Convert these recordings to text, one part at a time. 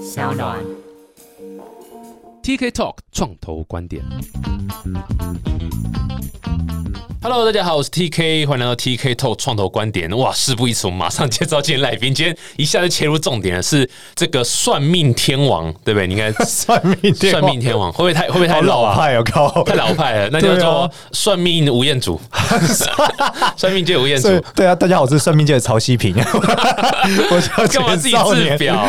小暖。 TK Talk 创投观点。Hello，大家好，我是 TK，欢迎来到 TK Talk 创投观点。哇，事不宜迟，我们马上介绍今天来宾。今天一下就切入重点了，是这个算命天王，对不对？你应该 算命店算命天王，会不会太会不会太好老老啊？派哦， 靠！太老派了，那就对叫啊算命吴彦 祖，算命界吴彦祖所以，对啊，大家好，我是算命界的曹希平， 我叫干嘛自己简少自年。表？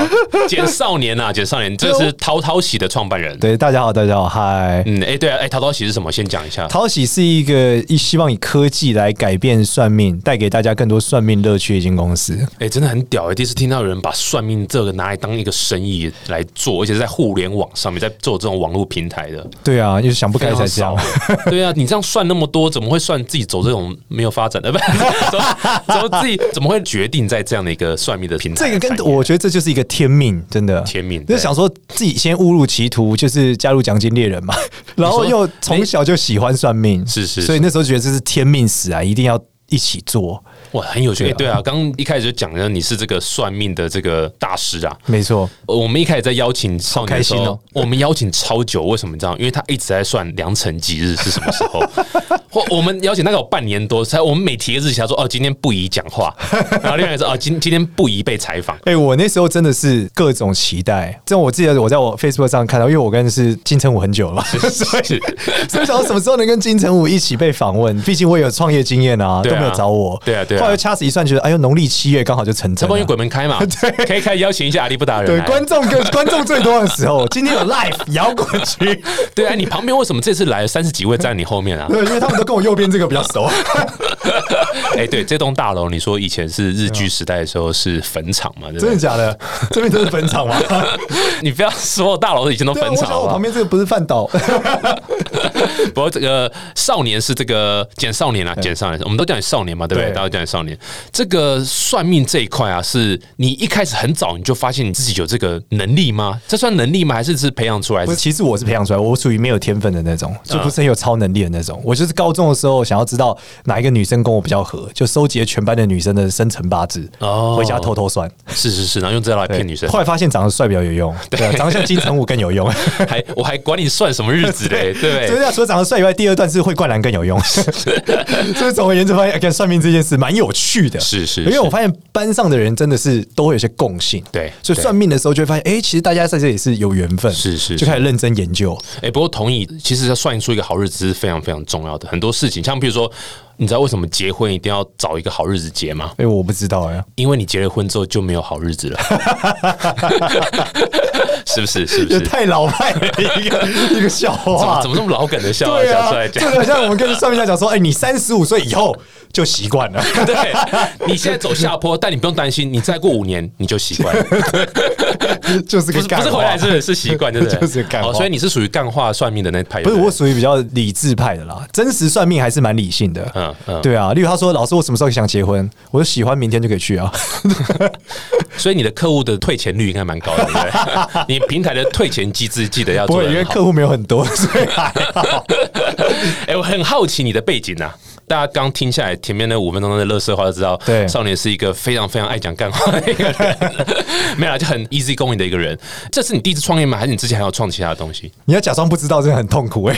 简少年呐、啊，简少年，这是淘淘喜的创办人。对，大家好，大家好，嗨。嗯，哎、对啊，哎、淘淘喜是什么？先讲一下。淘喜是一个以希望以科技来改变算命，带给大家更多算命乐趣的一间公司。哎、真的很屌哎、第一次听到有人把算命这个拿来当一个生意来做，而且是在互联网上面在做这种网络平台 的，对啊，就是想不非开常才这样少。。对啊，你这样算那么多，怎么会算自己走这种没有发展的？ 不是，怎么怎么自己怎么会决定在这样的一个算命的平台 这产个业？跟我觉得这就是一个天命，真的天命就对是想说自己先误入歧途，就是加入奖金猎人嘛， 然后又从小就喜欢算命，是是所以是那时候觉得这是天命使啊，一定要一起做，哇，很有趣。对哎啊对啊，刚一开始就讲了你是这个算命的这个大师啊。没错。呃我们一开始在邀请少年的时候好开心哦 我们邀请超久，为什么你知道？因为他一直在算良辰吉日是什么 时候。或我们邀请大概有半年多，才我们每提一个日期，他说哦今天不宜讲 话，然后另外一个说哦今今天不宜被采访。哎、我那时候真的是各种期待，这我记得我在我 Facebook 上看到，因为我跟是金城武很久了，所 以是所以想说什么时候能跟金城武一起被访问，毕竟我也有创业经验啊，对都啊没有找我，对啊对啊后来掐指一算，觉得哎呦，农历七月刚好就成他真帮你了。鬼门 开嘛，可以开始邀请一下阿力不达人对，来。观众跟观众最多的时候，今天有 live 摇滚区，对啊，你旁边为什么这次来了三十几位站你后面啊？ 对，因为他们都跟我右边这个比较熟。哎、对，这栋大楼你说以前是日据时代的时候是坟场嘛？对不真的对？假的？这边都是坟场吗？ 你不要所有大楼以前都对啊，坟我场想好我不好旁？边这个不是饭岛， 不过这个少年是这个简少年啊，简少年，我们都叫你少年嘛，对不对？嗯对大家都叫你少年。这个算命这一块啊，是你一开始很早你就发现你自己有这个能力吗？这算能力吗？还是是培养出来不？是，其实我是培养出来，我属于没有天分的那啊种，就不是很有超能力的那种。我就是高中的时候想要知道哪一个女生跟我比较合，就收集了全班的女生的生辰八字，哦回家偷偷算。是是是，然后用这招来对骗女生后。来发现长得帅比较 有用，对啊，长得像金城武更有用。还我还管你算什么日子嘞，对不 所以对？啊，除了长得帅以外，第二段是会灌篮更 有用。所以总而言之，发现哎看算命这件事蛮有趣的。是是因为是我发现班上的人真的是都会有些共性。对所以对算命的时候就会发现，哎，其实大家在这里是有缘分，是是就开始认真研究。哎、不过同意，其实要算出一个好日子是非常非常重要的，很多事情，像比如说，你知道为什么结婚一定要找一个好日子结吗？哎，我不知道哎。因为你结了婚之后就没有好日子 了，是不是？是不也是？太老派的一个一个笑怎么话怎。么这么老梗的笑话对讲啊出来，这讲？个很像我们跟算命家讲说，哎、你三十五岁以后就习惯了， 对，你现在走下坡，但你不用担心，你再过五年你就习 惯了，就是不个是干不话是回来是是习惯，对不对？ 就是干话哦，所以你是属于干话算命的那派，不是对我对属于比较理智派的啦，真实算命还是蛮理性的。嗯嗯对啊，例如他说老师我什么时候想结婚，我就喜欢明天就可以去啊。所以你的客户的退钱率应该蛮高的，对不 对？你平台的退钱机制记得要 不做会，得因为很好。客户没有很多，所以还好。哎、我很好奇你的背景啊。大家刚听下来，前面那五分钟的乐色话就知道，对少年是一个非常非常爱讲干话的一个人， 没有啦就很 easy going 的一个人。这是你第一次创业吗？还是你之前还有创其他的东 西？你要假装不知道，真的很痛苦哎、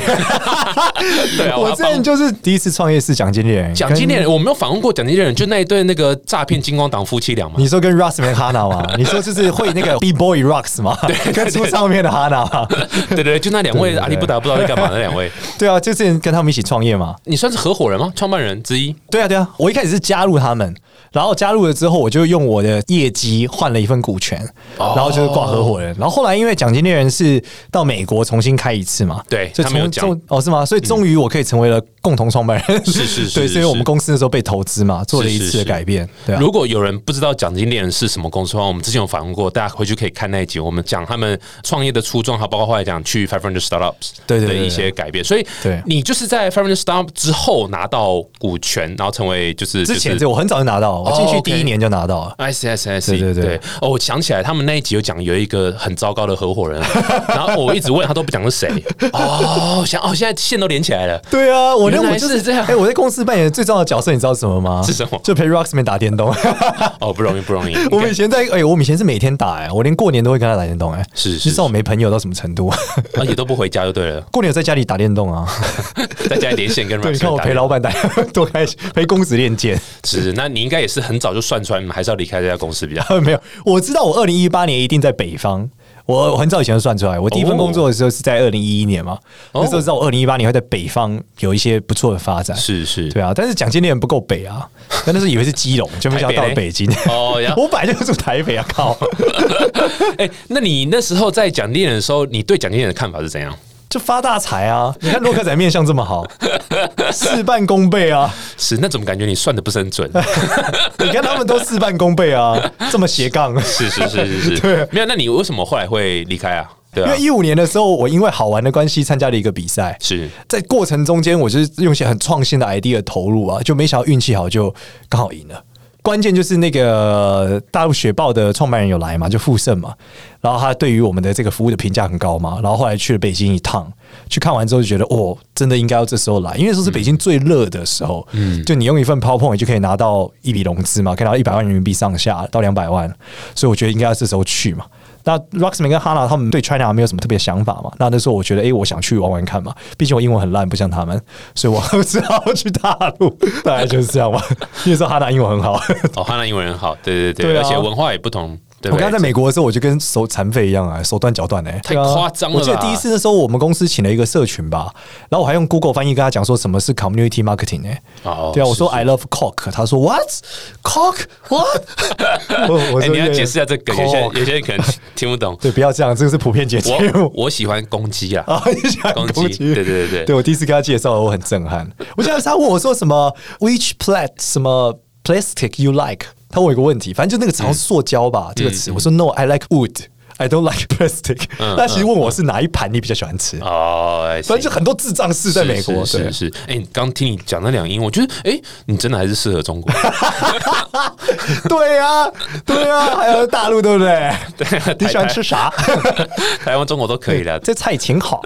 对啊， 我要之帮前就是第一次创业是奖金猎人，奖金猎人，我没有访问过奖金猎人，就那一对那个诈骗金光党夫妻俩嘛。你说跟 Russ 跟 Hana 吗？ 你说就是会那个 B Boy Rocks 吗？跟出唱片的 Hana 吗？对对对，就那两位对对对阿里不达不知道在干嘛那两 位，对啊，就之前跟他们一起创业嘛。你算是合伙人吗？创办人之一。对啊，对啊，我一开始是加入他们，然后加入了之后，我就用我的业绩换了一份股权，哦然后就是挂合伙人。然后后来因为奖金猎人是到美国重新开一次嘛，对所以他没有从讲嗯终哦是吗？所以终于我可以成为了共同创办人，是是是 对，是所以我是们公司那时候被投资嘛，做了一是次是的改变，对啊。如果有人不知道奖金猎人是什么公司的话，我们之前有访问过，大家回去可以看那一集，我们讲他们创业的初衷，还有包括后来讲去 Five Hundred Startups 对对的对对一些改变。所以对你就是在 Five Hundred Startup 之后拿到股权，然后成为就是之前就是就我很早就拿到，我进哦去，OK 第一年就拿到了。 I C I C I C，对对对哦，我想起来，他们那一集有讲有一个很糟糕的合伙 人，然后我一直问他都不讲是谁。哦，想哦，现在线都连起来了。对啊，我正我就原来是这样哎，我在公司扮演最重要的角色，你知道是什么吗？是什么就陪 Roxman 打电动。哦，不容易，不容易。 我们以前在哎，我们以前是每天打哎，我连过年都会跟他打电动哎。是是你知道我没朋友到什么程度？ 而且啊都不回家就对了， 过年有在家里打电动啊。在家里连线跟对，软你看件我陪老板打 多开心，陪公子练剑。是，那你应该也是很早就算出来，你们还是要离开这家公司比较好。没有，我知道我二零一八年一定在北方。我我很早以前就算出来，我第一份哦工作的时候是在二零一一年嘛，哦那时候知道我二零一八年会在北方有一些不错的发 展。是是，对啊，但是蒋经念不够北啊，但那时候以为是 基隆，就没想到到了北京。哦，然后 我本来就住台北啊，靠！哎、那你那时候在讲电影的时候，你对讲电影的看法是怎样？就发大财啊！你看洛克仔面相这 么好，事半功倍啊！是，那怎么感觉你算的不是很 准？你看他们都事半功倍啊，这么斜杠。是是是是是，对没有，那你为什么后来会离开啊？对因啊为，一五年的时候，我因为好玩的关系参加了一个比赛，是在过程中间，我就是用一些很创新的 idea 投入啊，就没想到运气好就刚好赢了。关键就是那个大陆雪豹的创办人有来嘛，就傅盛嘛，然后他对于我们的这个服务的评价很高嘛，然后后来去了北京一趟，去看完之后就觉得，哦，真的应该要这时候来，因为说是北京最热的时候，嗯，就你用一份 PowerPoint 就可以拿到一笔融资嘛，可以拿到一百万人民币上下到两百万，所以我觉得应该要这时候去嘛。那 Roxman 跟 Hana 他们对 China 没有什么特别想法嘛？那那时候我觉得，哎、我想去玩玩看嘛，毕竟我英文很烂，不像他们，所以我 只好去大陆。大概就是这样吧。因为说 Hana 英文很好，哦，汉南英文很好，对对对，对啊而且文化也不同，对我不刚对？才在美国的时候，我就跟手残废一样啊，手断脚断哎、太对啊夸张了我记得吧第一次那时候，我们公司请了一个社群吧，然后我还用 Google 翻译跟他讲说什么是 Community Marketing 哎、哦对啊，我说是是 I love cock，他说 What cock what？我 我哎、说你要解释一下这个梗，有些 cock 有些人可能听不 懂。对，不要这样，这个是普遍节 节目我。我喜欢公鸡 啊，啊，你想攻攻击击？对对对对我第一次跟他介绍，我很震撼。我记得他问我说什么 “which plat 什么 plastic you like”，他问我一个问题，反正就那个长塑胶吧、这个词，我说 “no, I like wood, I don't like plastic”、 嗯那其实问我是哪一盘你比较喜欢吃，哦，I see 反正就很多智障事在美国。是是对是是。哎、你刚听你讲那两个音，我觉得哎、你真的还是适合中国。对啊，对啊，还有大陆对 不对？对你喜欢吃啥？台 湾、中国都可以的。 这菜挺好。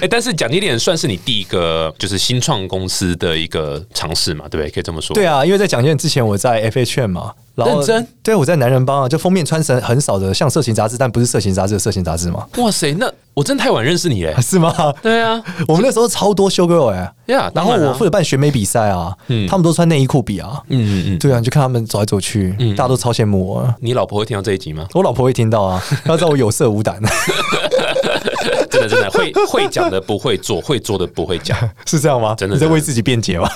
哎、但是讲经典算是你第一个就是新创公司的一个尝试嘛，对不对？可以这么说。对啊，因为在蒋健之前我在 FHM 嘛，然后认真对我在男人帮啊，就封面穿成很少的像色情杂志，但不是色情杂志的色情杂志嘛， 哇塞，那我真太晚认识你嘞啊。是吗？对啊，我们那时候超多 show girl 哎、呀然后当然啊嗯我负责办选美比赛啊，他们都穿内衣裤比啊，嗯嗯嗯，对啊，你就看他们走来走去，大家都超羡慕我。你老婆会听到这一集吗？ 我老婆会听到啊，她知道我有色无胆， 真的真的会会讲的不会做，会做的不会 讲。 是这样吗？真的你在真的为自己辩解吗？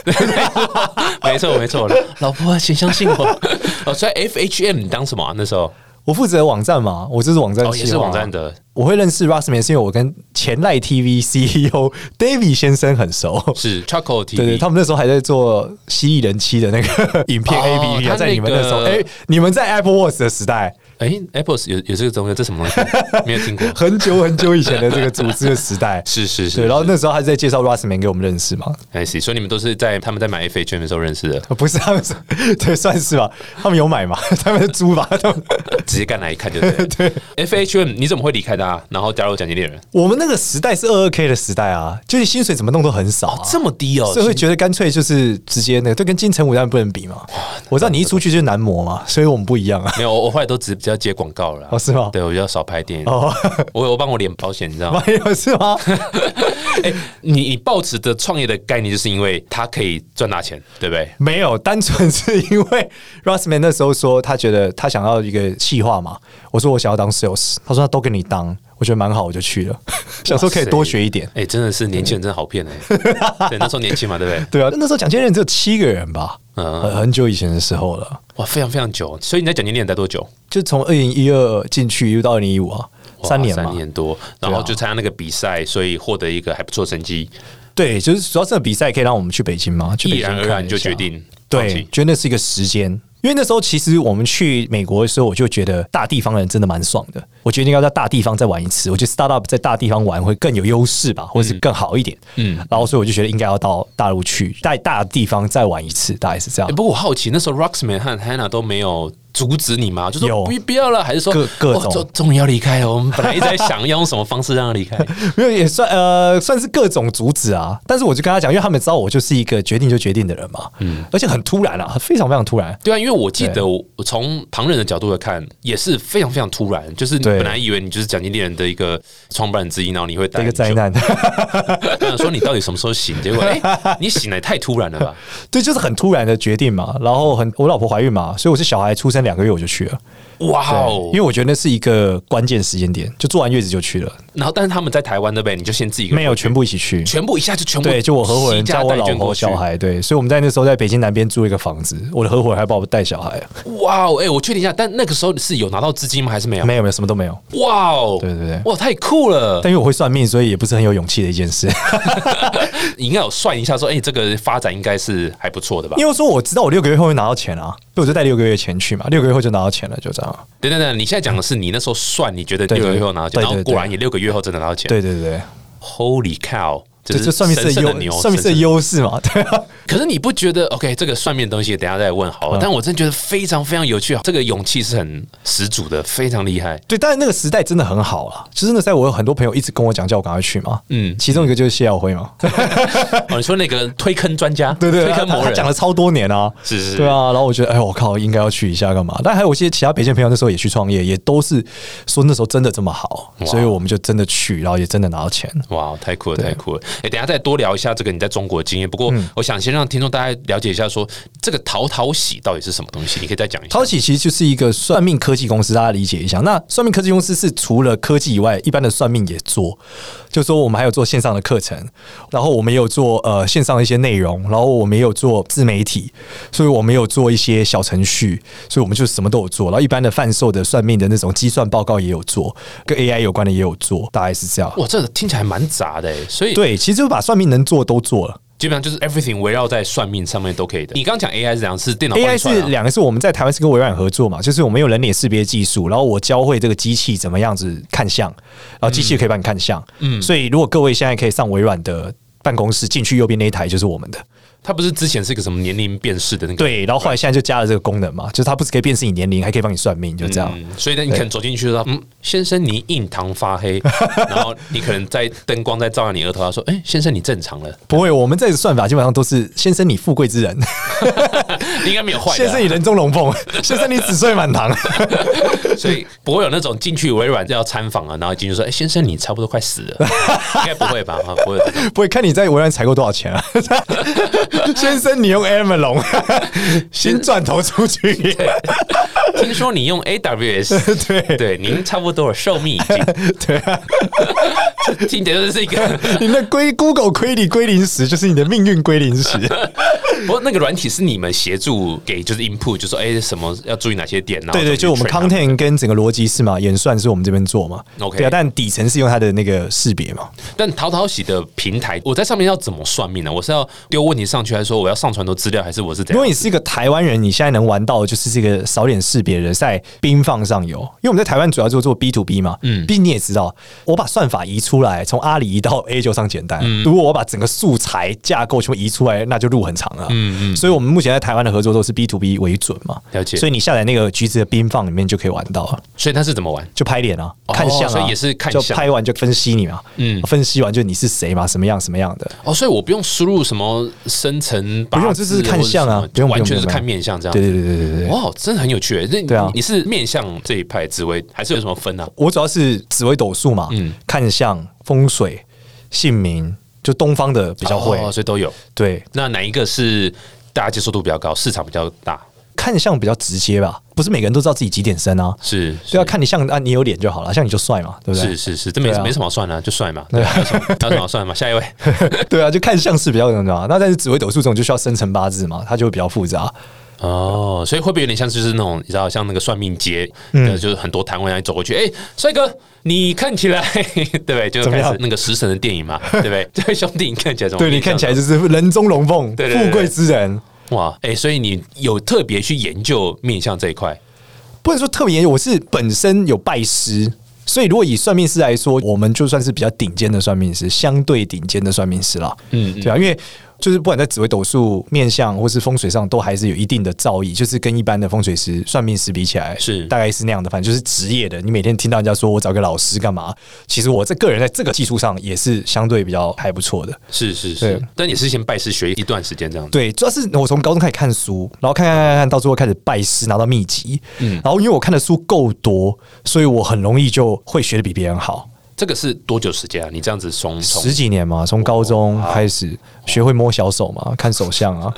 没错没错，老婆啊请相信 我。哦，所以 FHM 你当什么啊、那时候我负责网站嘛，我就是网站、啊哦也是网站。的，我会认识 Rasmus 是因为我跟前赖 TV CEO E David 先生很熟，是 Choco TV。对对，他们那时候还在做《蜥蜴人七》的那 个影片哦 A P P 他啊，在你们那时候，那个哎，你们在 Apple Watch 的时代，哎、a p p l e 有有这个东西，这什么东西？ 没有听 过。，很久很久以前的这个组织的时代 是是是，对，然后那时候还在介绍 Rasman 给我们认识嘛， I see，所以你们都是在他们在买 FHM 的时候认识的，呃 不是他们是， 对，算是吧，他们有买嘛， 他们租吧，他们。直接干来一看就对了。对，FHM 你怎么会离开他、然后加入奖金猎人？ 我们那个时代是二二 K 的时代啊，就是薪水怎么弄都很少啊。么低哦所以会觉得干脆就是直接那个，对，跟金城武当然不能比嘛。哦我知道你一出去就是男模嘛，所以我们不一样啊。没有，我我后来都只比较接广告了啦。哦是吗对，我比较少拍电影。哦， 我有帮我脸保险，你知道吗？没有是吗？哎、你你抱持的创业的概念，就是因为它可以赚大钱，对不对？没有，单纯是因为 Rossman 那时候说他觉得他想要一个企划嘛，我说我想要当 sales，他说他都给你当，我觉得蛮好，我就 去了，想说可以多学一点。哎、真的是年轻人真的好骗哎、对，那时候年轻嘛，对不对？对啊，那时候蒋建仁只有七个人吧，嗯很很久以前的时候了，哇，非常非常久。所以你在奖金猎人待多久？就从二零一二进去一路到二零一五啊，哇三年嘛啊三。年多，然后就参加那个比赛，所以获得一个还不错成绩，对，就是主要这个比赛可以让我们去北京嘛，去毅北京然而看然一就下决定放对弃，觉得那是一个时间。因为那时候其实我们去美国的时候，我就觉得大地方人真的蛮爽的。我决定要在大地方再玩一次，我觉得 startup 在大地方玩会更有优势吧，或者是更好一点。嗯，然后所以我就觉得应该要到大陆去，在大地方再玩一次，大概是这样 哎欸。不过我好奇，那时候 Roxman 和 Hannah 都没有阻止你吗？就有说不不要了，还是说各各哦种终终于要离开了？我们本来一直在想要用什么方式让他 离开。没有也算呃算是各种阻止啊，但是我就跟他讲，因为他们知道我就是一个决定就决定的人嘛，嗯，而且很突然啊，非常非常突然，对啊，因为我记对得我我从旁人的角度来看，也是非常非常突然，就是你对本来以为你就是奖金猎人的一个创办人之一，然后你会带这个灾 难，说你到底什么时候醒？结果哎、你醒来太突然了吧？ 对，就是很突然的决定嘛，然后很我老婆怀孕嘛，所以我是小孩出生两个月我就去了，哇 对哦！因为我觉得那是一个关键时间点，就坐完月子就去了，然后但是他们在台湾对不对？你就先自己一个人没有全部一起去，全部一下就全部对，就我合伙人携加我带老卷婆过去小。孩，对，所以我们在那时候在北京南边租一个房子，我的合伙人还帮我带小孩，哇哦！哎、我确定一下，但那个时候是有拿到资金吗？还是没有？没有没有什么都没有，哇哦！对对对哇，太酷了！但因为我会算命，所以也不是很有勇气的一件事。 你应该有算一下说，哎、这个发展应该是还不错的吧？因为说我知道我六个月后会拿到钱啊，所以我就带六个月钱去嘛，六个月后就拿到钱了，就这样。等等等，你现在讲的是你那时候算，你觉得对六个月后拿到钱，对对然后对果然也六个月后真的拿到钱。对对对， Holy cow！这这这是算命是神圣的优牛，算命是神圣的优势嘛，对啊， 可是你不觉得？OK，这个算命的东西等一下再问嗯好了。但我真的觉得非常非常有趣，啊这个勇气是很十足的，非常厉 害。对。但是那个时代真的很好啊，就是那时代我有很多朋友一直跟我讲叫我赶快去嘛，嗯其中一个就是谢耀辉嘛，哦，你说那个推坑专家，对对，推他坑魔他人，讲了超多年啊，是是是对啊。然后我觉得，哎呦，我靠，应该要去一下干嘛？但还有一些其他北京朋友那时候也去创业，也都是说那时候真的这么好，哇所以我们就真的去，然后也真的拿到钱。哇，太酷了，对嗯太酷了！哎、等一下再多聊一下这个你在中国的经验。不过，我想先让听众大家了解一下说这个淘淘喜到底是什么东西，你可以再讲一下。淘喜其实就是一个算命科技公司，大家理解一下。那算命科技公司是除了科技以外，一般的算命也做，就说我们还有做线上的课程，然后我们也有做呃线上的一些内容，然后我们也有做自媒体，所以我们也有做一些小程序，所以我们就什么都有做。然后一般的贩售的算命的那种计算报告也有做，跟 AI 有关的也有做，大概是这样。哇，这听起来蛮杂的哎，所以对，其实就把算命能做都做了。基本上就是 everything 围绕在算命上面都可以的。你刚刚讲 AI 是怎样？是电脑帮 AI 你算啊是两个是我们在台湾是跟微软合作嘛，就是我们有人脸识别技术，然后我教会这个机器怎么样子看相，然后机器也可以帮你看相。嗯，所以如果各位现在可以上微软的办公室进去，右边那一台就是我们的。它不是之前是一个什么年龄辨识的那个？对，然后后来现在就加了这个功能嘛，就是它不只可以辨识你年龄，还可以帮你算命，就这样。嗯，所以呢，你可能走进去说，嗯，先生，你印堂发 黑，然后你可能在灯光在照在你额头，他说，哎、先生，你正常了，不会，我们这个算法基本上都是先生你富贵之人，你应该没有坏的先啊、生你人中 龙凤，先生你子孙满堂。 所以不会有那种进去微软要参访啊，然后进去说：“哎、先生，你差不多快死了。” 应该不会吧？啊，不会有这种。不会看你在微软采购多少钱啊？ 先生，你用 Amazon 先转头出去。听说你用 AWS， 对 对，您差不多了，寿命已经。 对啊， 听起来就是一个， 你的归 Google 归零归零时，就是你的命运归零 时。不过那个软体是你们协助给，就是 input，就说哎、什么要注意哪些点，然后对对，怎就么我们去 train 啊他 content 跟整个逻辑是嘛，演算是我们这边做嘛。 OK 对啊，但底层是用它的那个识别嘛。但淘淘喜的平台，我在上面要怎么算命呢？我是要丢问题上去，还是说我要上传多资料，还是我是怎因样？为你是一个台湾人，你现在能玩到的就是这个扫脸识别的在冰放上游，因为我们在台湾主要就做 B to B 嘛，嗯，B 你也知道，我把算法移出来，从阿里移到 A 九上简单，如果我把整个素材架构全部移出来，那就路很长了，嗯嗯，所以我们目前在台湾的合作都是 B to B 为准嘛，了解所以你下载那个橘子的冰放里面就可以玩到了。所以它是怎么玩？就拍脸啊，哦看相啊，所以也是看就相拍完就分析你嘛，嗯，分析完就你是谁嘛，什么样什么样的，哦，所以我不用输入什么生辰八字或不用者就是什么，看相啊不用不用完全是不用看面相这样。对对对对对对。哇，真的很有趣耶。那对啊你你是面相这一派紫薇，还是有什么分啊？我主要是紫微斗数嘛，嗯看相、风水、姓名，就东方的比较会。哦所以都有。对，那哪一个是大家接受度比较高，市场比较大？看相比较直接吧，不是每个人都知道自己几点生啊，是所以要看你像啊，你有脸就好了，像你就帅嘛，对不对？是是是，这没对啊没什么好算的，就算嘛，对啊，有什么有什么好算嘛？下一位， 对啊，就看相是比较那种啊。那但是紫微斗数这种就需要生辰八字嘛，它就会比较复杂。哦，所以会不会有点像就是那种你知道像那个算命街，嗯，就是很多摊位让你走过去，哎、帅哥，你看起来 对不对？就怎么开样始那个食神的电影 嘛，对不对？ 这位兄弟，你看起来怎么？对你看起来就是人中龙凤，对对对富贵之人。哇，哎、所以你有特别去研究面相这一块，不能说特别研究，我是本身有拜师，所以如果以算命师来说，我们就算是比较顶尖的算命师，相对顶尖的算命师啦。嗯嗯对啊，因为就是不管在紫微斗数、面相或是风水上，都还是有一定的造诣，就是跟一般的风水师、算命师比起来，是大概是那样的。反正就是职业的，你每天听到人家说我找个老师干嘛？其实我这个人在这个技术上也是相对比较还不错的。是是是对，但也是先拜师学一段时间这样子。对，主要是我从高中开始看书，然后看看看看看，到最后开始拜师，拿到秘籍。嗯，然后因为我看的书够多，所以我很容易就会学的比别人好。这个是多久时间啊？你这样子从从十几年嘛，从高中哦开始学会摸小手嘛，看手相啊，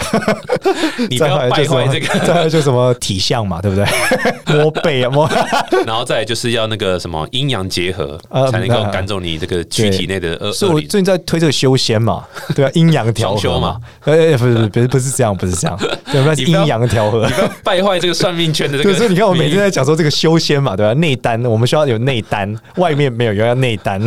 你不要再来败就坏什么这个， 再来就什么体相嘛，对不对？摸背啊，摸 然后再来就是要那个什么阴阳结 合，呃才能够赶走你这个躯体内的恶所以恶我灵。最近在推这个修仙嘛，对啊，阴阳调双修和嘛，呃，不是不是不是这样，不是这样，对，不然是你不要阴阳调和你。不要 败坏这个算命圈的这 对，个。所以你看，我每天在讲说这个修仙嘛，对吧、内丹，我们需要有内丹，外面没有，要内 丹。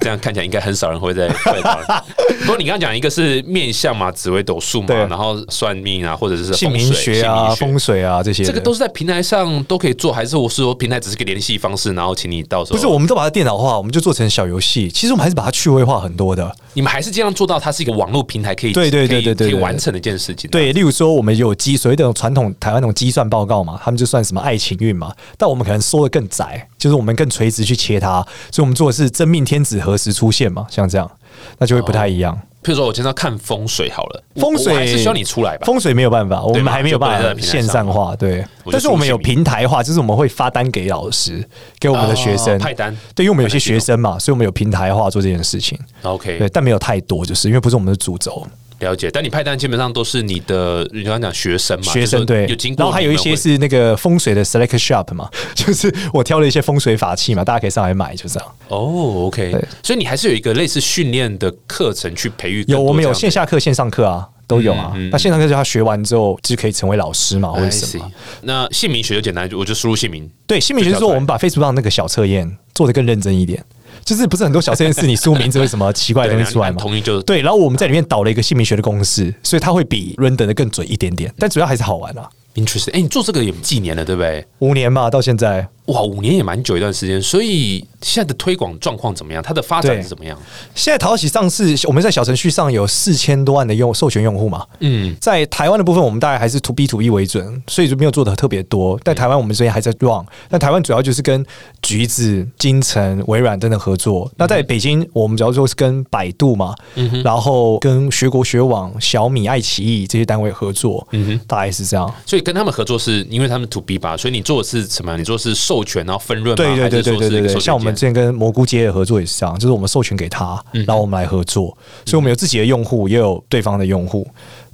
这样看起来应该很少人会在会讨论。 不过你刚刚讲一个是面相嘛，紫微斗数嘛，对然后算命啊，或者是姓风名水学啊、姓名风水啊这些的，这个都是在平台上都可以做，还是我是说平台只是个联系方式，然后请你到时候不是，我们都把它电脑化，我们就做成小游戏。其实我们还是把它趣味化很多的。你们还是这样做到，它是一个网络平台可以对对对可以对对对可以完成的一件事情。啊对，例如说我们有计所谓的传统台湾那种计算报告嘛，他们就算什么爱情运嘛，但我们可能缩的更窄，就是我们更垂直去切它，所以我们做的是真命天子何时出现嘛，像这样，那就会不哦太一样。譬如说我今天要看风水好了，我风水我还是需要你出来吧。风水没有办法，我对们嘛还没有办就不能在法线平台上上嘛化，对。我就但是我们出有姓名平台化，就是我们会发单给老师，给我们的学生哦派单对，因为我们有派些单系统学生嘛，所以我们有平台化做这件事情。对， OK，但没有太多，就是因为不是我们的主轴。了解。但你派单基本上都是你的，你刚刚讲学生嘛，就学是生说对有经，过，然后还有一些是那个风水的 select shop 嘛， 就是我挑了一些风水法器嘛，大家可以上来买，就这样。哦，OK，对所以你还是有一个类似训练的课程去培育更有多我们有这样的线下课、线上课啊，都有啊。嗯嗯哎那线上课就他学完之后就可以成为老师嘛，或者 I 什么 see。那姓名学就简单，我就输入姓名。对，新民就是说我们把 Facebook 上那个小测验做得更认真一点，就是不是很多小测验是你输名字 为什么奇怪的对，东然西后出来你按嘛？同意就对，然后我们在里面导了一个姓名学的公式，所以它会比 Random 的更准一点点，但主要还是好玩啊。 interesting。哎，你做这个也几年了，对不对？五年嘛，到现在，哇，五年也蛮久一段时间，所以现在的推广状况怎么样？它的发展对是怎么样？现在淘喜上市，我们在小程序上有四千多万的用授权用户嘛。嗯，在台湾的部分，我们大概还是 to B to E 为准，所以就没有做的特别多。嗯但台湾我们最近还在 run，但台湾主要就是跟橘子、金城、微软等等合作。那在北京，我们主要就是跟百度嘛，嗯然后跟学国学网、小米、爱奇艺这些单位合作，嗯大概是这样。所以跟他们合作是因为他们 to B 吧，所以你做的是什么？你做的是授权然后分润吗？对对对还是说对对对是授对，权像我们之间前跟蘑菇街的合作也是这样，就是我们授权给他，嗯然后我们来合作，所以我们有自己的用户，也有对方的用户。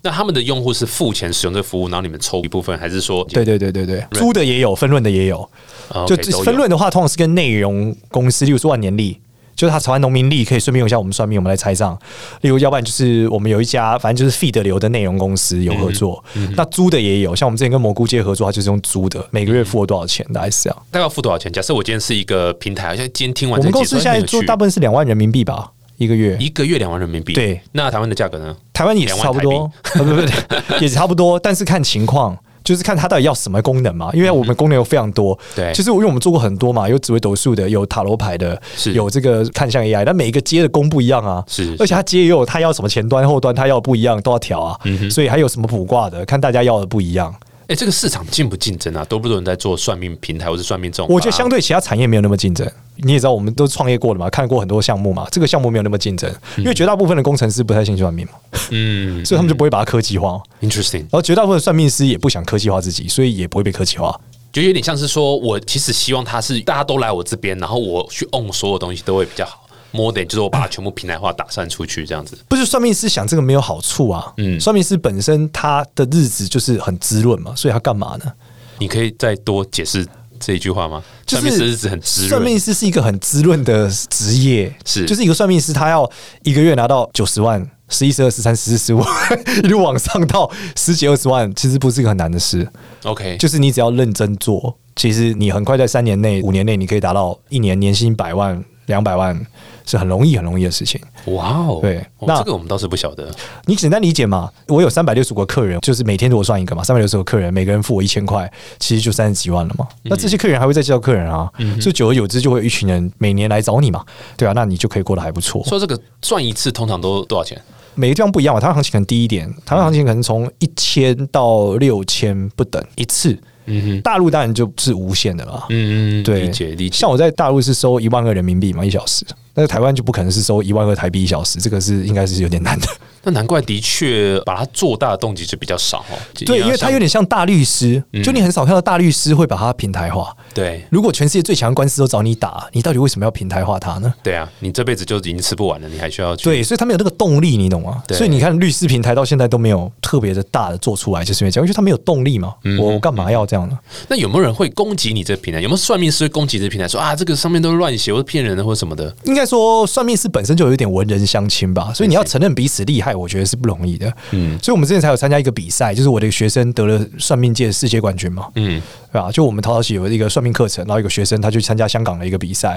那他们的用户是付钱使用这服务，然后你们抽一部分，还是说对对对对对，租的也有，分润的也有。啊就 OK，都有分论的话，通常是跟内容公司，例如说万年历，就是它台湾农民历，可以顺便用一下我们算命，我们来猜上。例如，要不然就是我们有一家，反正就是 feed 流的内容公司有合作，嗯那租的也有，像我们之前跟蘑菇街合作，它就是用租的，每个月付我多少钱，大概是这样。大概要付多少钱？假设我今天是一个平台，好像今天听完我这们集公司现在做大部分是两万人民币吧。一个月，一个月两万人民币，对，那台湾的价格呢？台湾也是差不多， 呃不不不，也差不多，但是看情况。就是看它到底要什么功能嘛，因为我们功能有非常多。嗯对就是因为我们做过很多嘛，有紫微斗数的，有塔罗牌的是，有这个看相 AI，但每一个接的功不一样啊。是而且它接也有它要什么前端后端，它要不一样都要调啊。嗯所以还有什么卜卦的，看大家要的不一样。哎、这个市场竞不竞争啊？多不多人在做算命平台或是算命这种？我觉得相对其他产业没有那么竞争。你也知道，我们都创业过了嘛，看过很多项目嘛，这个项目没有那么竞争，因为绝大部分的工程师不太信算命嘛，嗯 所以他们就不会把它科技化。 ，interesting，然后绝大部分算命师也不想科技化自己，所以也不会被科技化。就有点像是说我其实希望它是大家都来我这边，然后我去 on 所有东西都会比较好。more than 就是我把它全部平台化打散出去这样子。不是算命师想这个没有好处啊，嗯算命师本身他的日子就是很滋润嘛，所以他干嘛呢？你可以再多解释这一句话吗？就是算命师日子很滋算润命，师是一个很滋润的职业，是就是一个算命师，他要一个月拿到九十万、十一、十二、十三、十四、十五， 一路往上到十几、二十万，其实不是一个很难的事， OK，就是你只要认真做，其实你很快在三年内、五年内，你可以达到一年年薪百万、两百万，是很容易、很容易的事情。哇哦，对哦那这个我们倒是不晓得。你简单理解嘛？我有三百六十个客人，就是每天如果算一个嘛，三百六十个客人，每个人付我一千块，其实就三十几万了嘛。嗯那这些客人还会再介绍客人啊，所以久而久之就会有一群人每年来找你嘛，对啊，那你就可以过得还不错。说这个赚一次通常都多少钱？每个地方不一样嘛，台湾行情可能低一点，台湾行情可能从一千到六千不等一次。嗯大陆当然就是无限的啦。嗯嗯，对，理解理解。像我在大陆是收一万个人民币嘛一小时，但是台湾就不可能是收一万个台币一小时，这个是应该是有点难的。那难怪的确把它做大的动机就比较少哦。对，因为它有点点像大律师，就你很少看到大律师会把它平台化。对如果全世界最强的官司都找你打，你到底为什么要平台化它呢？对啊，你这辈子就已经吃不完了，你还需要去对，所以他们有那个动力，你懂吗？对所以你看律师平台到现在都没有特别的大的做出来，就是因为这样，因为他没有动力嘛。我我干嘛要这样呢？那有没有人会攻击你这平台？有没有算命师会攻击这平台说啊，这个上面都是乱写或者骗人的或者什么的？应该说，算命师本身就有一点文人相亲吧，所以你要承认彼此厉害，我觉得是不容易的。嗯，所以我们之前才有参加一个比赛，就是我的一个学生得了算命界世界冠军嘛，嗯，对吧？就我们淘淘喜有一个算命课程，然后有个学生他去参加香港的一个比赛，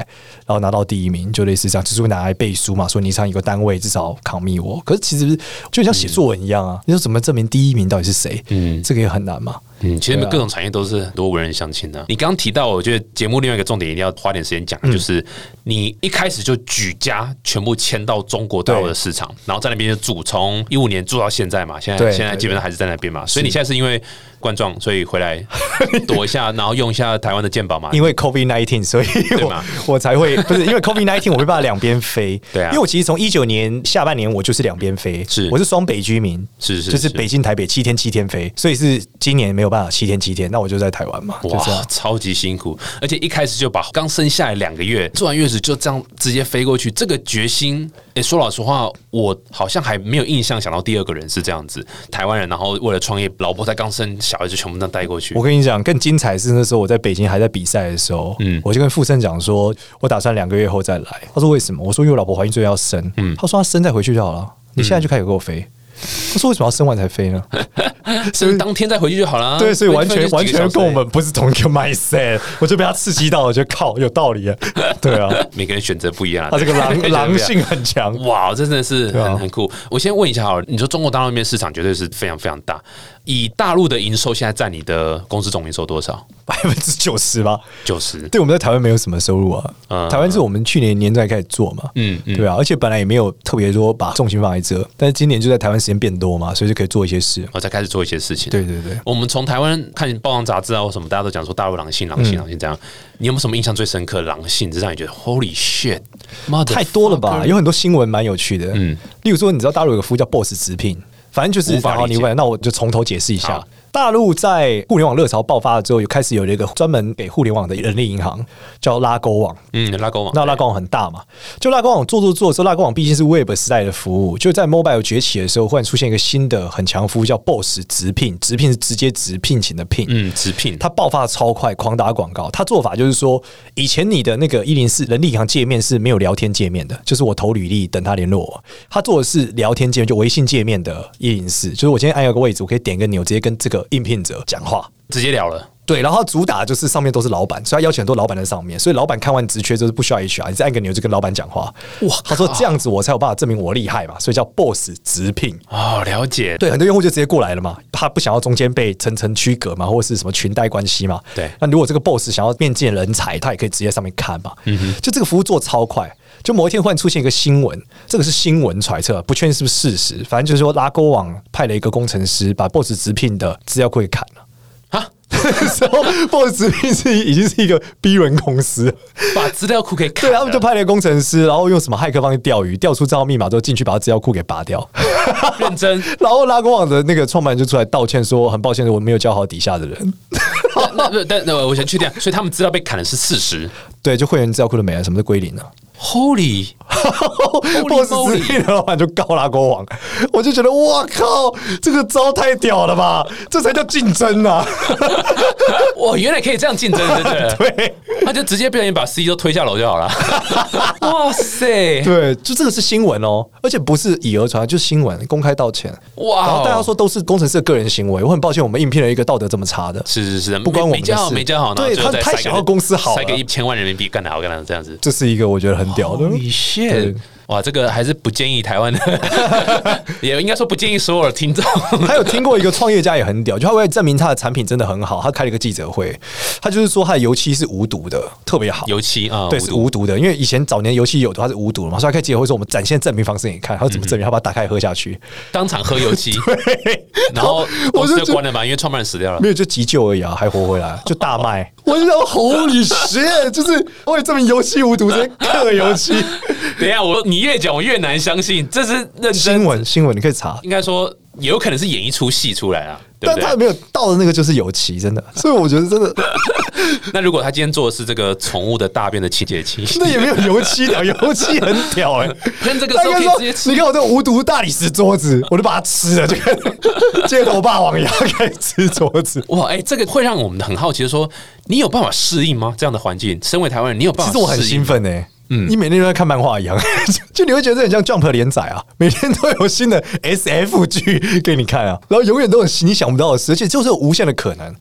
然后拿到第一名，就类似这样，就是会拿来背书嘛，说你上一个单位至少扛密我。可是其实就像写作文一样啊，你说怎么证明第一名到底是谁？嗯嗯，这个也很难嘛。嗯，其实啊各种产业都是很多文人相亲的、啊你刚刚提到，我觉得节目另外一个重点一定要花点时间讲，嗯就是你一开始就举家全部迁到中国大陆的市场，然后在那边就住，从一五年住到现在嘛，现在对现在基本上还是在那边嘛，所以你现在是因为冠状，所以回来躲一 下，然后用一下台湾的鉴宝嘛。因为 COVID nineteen，所以吗我 我才会不是因为 COVID nineteen，我没办法两边飞。 对啊因为我其实从一九年下半年我就是两边飞，是我是双北居民，是是就是是北京台北七天七天飞，所以是今年没有办法七天七天，那我就在台湾嘛，就这哇样，。超级辛苦，而且一开始就把刚生下来两个月做完月子就这样直接飞过去，这个决心，诶、说老实话，我好像还没有印象想到第二个人是这样子，台湾人，然后为了创业，老婆才刚生小孩就全部都带过去我，跟你讲，更精彩是那时候我在北京还在比赛的时候，嗯嗯，我就跟傅盛讲说，我打算两个月后再来。他说为什么？我说因为我老婆怀孕，所以要生。嗯，他说他生再回去就好了。你现在就开始给我飞。嗯他说为什么要生完才飞呢？所以当天再回去就好了。对，所以完飞全就完是几个小全时跟我们不是同一个 mindset，我 就被他刺激到，我觉得靠有道理啊，对啊，每个人选择不一样啊，他这个 每人选择狼不狼一样性很强。哇，这真的是对啊很很酷。我先问一下好了，你说中国大陆那边市场绝对是非常非常大，以大陆的营收现在占你的公司总营收多少？百分之九十吧，九十。对我们在台湾没有什么收入啊。嗯台湾是我们去年年在开始做嘛，嗯嗯，嗯对啊，而且本来也没有特别说把重心放在这，但是今年就在台湾时间变多嘛，所以就可以做一些事。我才开始做一些事情。对对对，我们从台湾看报章杂志啊，或什么，大家都讲说大陆狼性、狼性、狼性这样。你有没有什么印象最深刻的狼性，这让你觉得 Holy shit，妈的太多了吧？ fucker 有很多新闻蛮有趣的，嗯嗯，例如说，你知道大陆有个服务叫 Boss 直聘，反正就是无法好理你解问，那我就从头解释一下好。大陆在互联网热潮爆发了之后，有开始有了一个专门给互联网的人力银行，叫拉勾网。嗯，拉钩网，那拉勾网很大嘛，就拉勾网做做做的时候，拉勾网毕竟是 Web 时代的服务，就在 Mobile 崛起的时候，忽然出现一个新的很强的服务叫 Boss 直聘，直聘是直接直聘请的聘，嗯，直聘，它爆发超快，狂打广告。它做法就是说，以前你的那个一零四人力银行界面是没有聊天界面的，就是我投履历等他联络我。他做的是聊天界面，就微信界面的一零四，就是我今天按有个位置，我可以点一个钮，直接跟这个应聘者讲话。直接聊了。对，然后它主打就是上面都是老板，所以他邀请很多老板在上面，所以老板看完职缺就是不需要 HR，你再按个钮就跟老板讲话。哇，他说这样子我才有办法证明我厉害嘛，所以叫 boss 直聘。哦，了解，对，很多用户就直接过来了嘛，他不想要中间被层层区隔嘛，或者是什么裙带关系嘛。对那如果这个 boss 想要面见人才，他也可以直接上面看嘛。嗯哼，就这个服务做超快。就某一天忽然出现一个新闻，这个是新闻揣测，不确定是不是事实。反正就是说，拉勾网派了一个工程师把 boss 直聘的资料库给砍了。 啊，然后 boss 直聘是已经是一个 B 轮公司了，把资料库给看 对，啊了，他们就派了一个工程师，然后用什么骇客方式钓鱼，调出账号密码之后进去把他资料库给拔掉。认真。 然后拉勾网的那个创办人就出来道歉说，很抱歉，我没有教好底下的人。那那但那我先确定，啊所以他们资料被砍的是事实。对，就会员资料库的美啊了，什么都归零了。 Holy， boss 直聘的老板就告拉勾网，我就觉得哇靠，这个招太屌了吧，这才叫竞争啊！？哇，原来可以这样竞争，对不对 对那就直接被人把 C 都推下楼就 好了。哇塞，对，就这个是新闻哦，而且不是以讹传讹，就是新闻公开道歉。哇哦然后大家说都是工程师的个人行为，我很抱歉，我们应聘了一个道德这么差的，是是是，不关我们没教好，的事没教好，然后对最后再他太塞个想要公司好了啊塞个一千万人民币干得好干得好这样子。这是一个我觉得很屌的。 Holy shit！对哇，这个还是不建议台湾 的，也应该说不建议所有的听众。还有听过一个创业家也很屌，就他为了证明他的产品真的很好，他开了一个记者会，他就是说他的油漆是无毒的，特别好。油漆啊，对，无是毒无毒的，因为以前早年油漆有毒，它是无毒的嘛，所以他开记者会说我们展现证明方式给你看，他怎么证明？他把它打开喝下去，当场喝 油漆，然后公我司就觉就得关了吧，因为创办人死掉了。没有就急救而已啊，还活回来，就大卖。 我就想吼你学，就是为了证明油漆无毒，直接刻油漆。等一下，我你越讲我越难相信，这是认真。 新闻新闻你可以查，应该说也有可能是演一出戏出来啊，对但不他对？没有到的那个就是油漆，真的。所以我觉得真的 那如果他今天做的是这个宠物的大便的清洁器， 那也没有油漆屌，油漆很屌哎、欸。喷这个他时候可以应该说直接：“吃。你看我这无毒大理石桌子，我就把它吃了，就跟街头霸王一样开始吃桌子。哇，哎、这个会让我们很好奇，说你有办法适应吗？这样的环境，身为台湾人，你有”办其法？实我很兴，奋哎、嗯，你每天都在看漫画一样， 就就你会觉得这很像 Jump 的连载啊，每天都有新的 SF 剧给你看啊，然后永远都有你想不到的事，而且就是有无限的可能。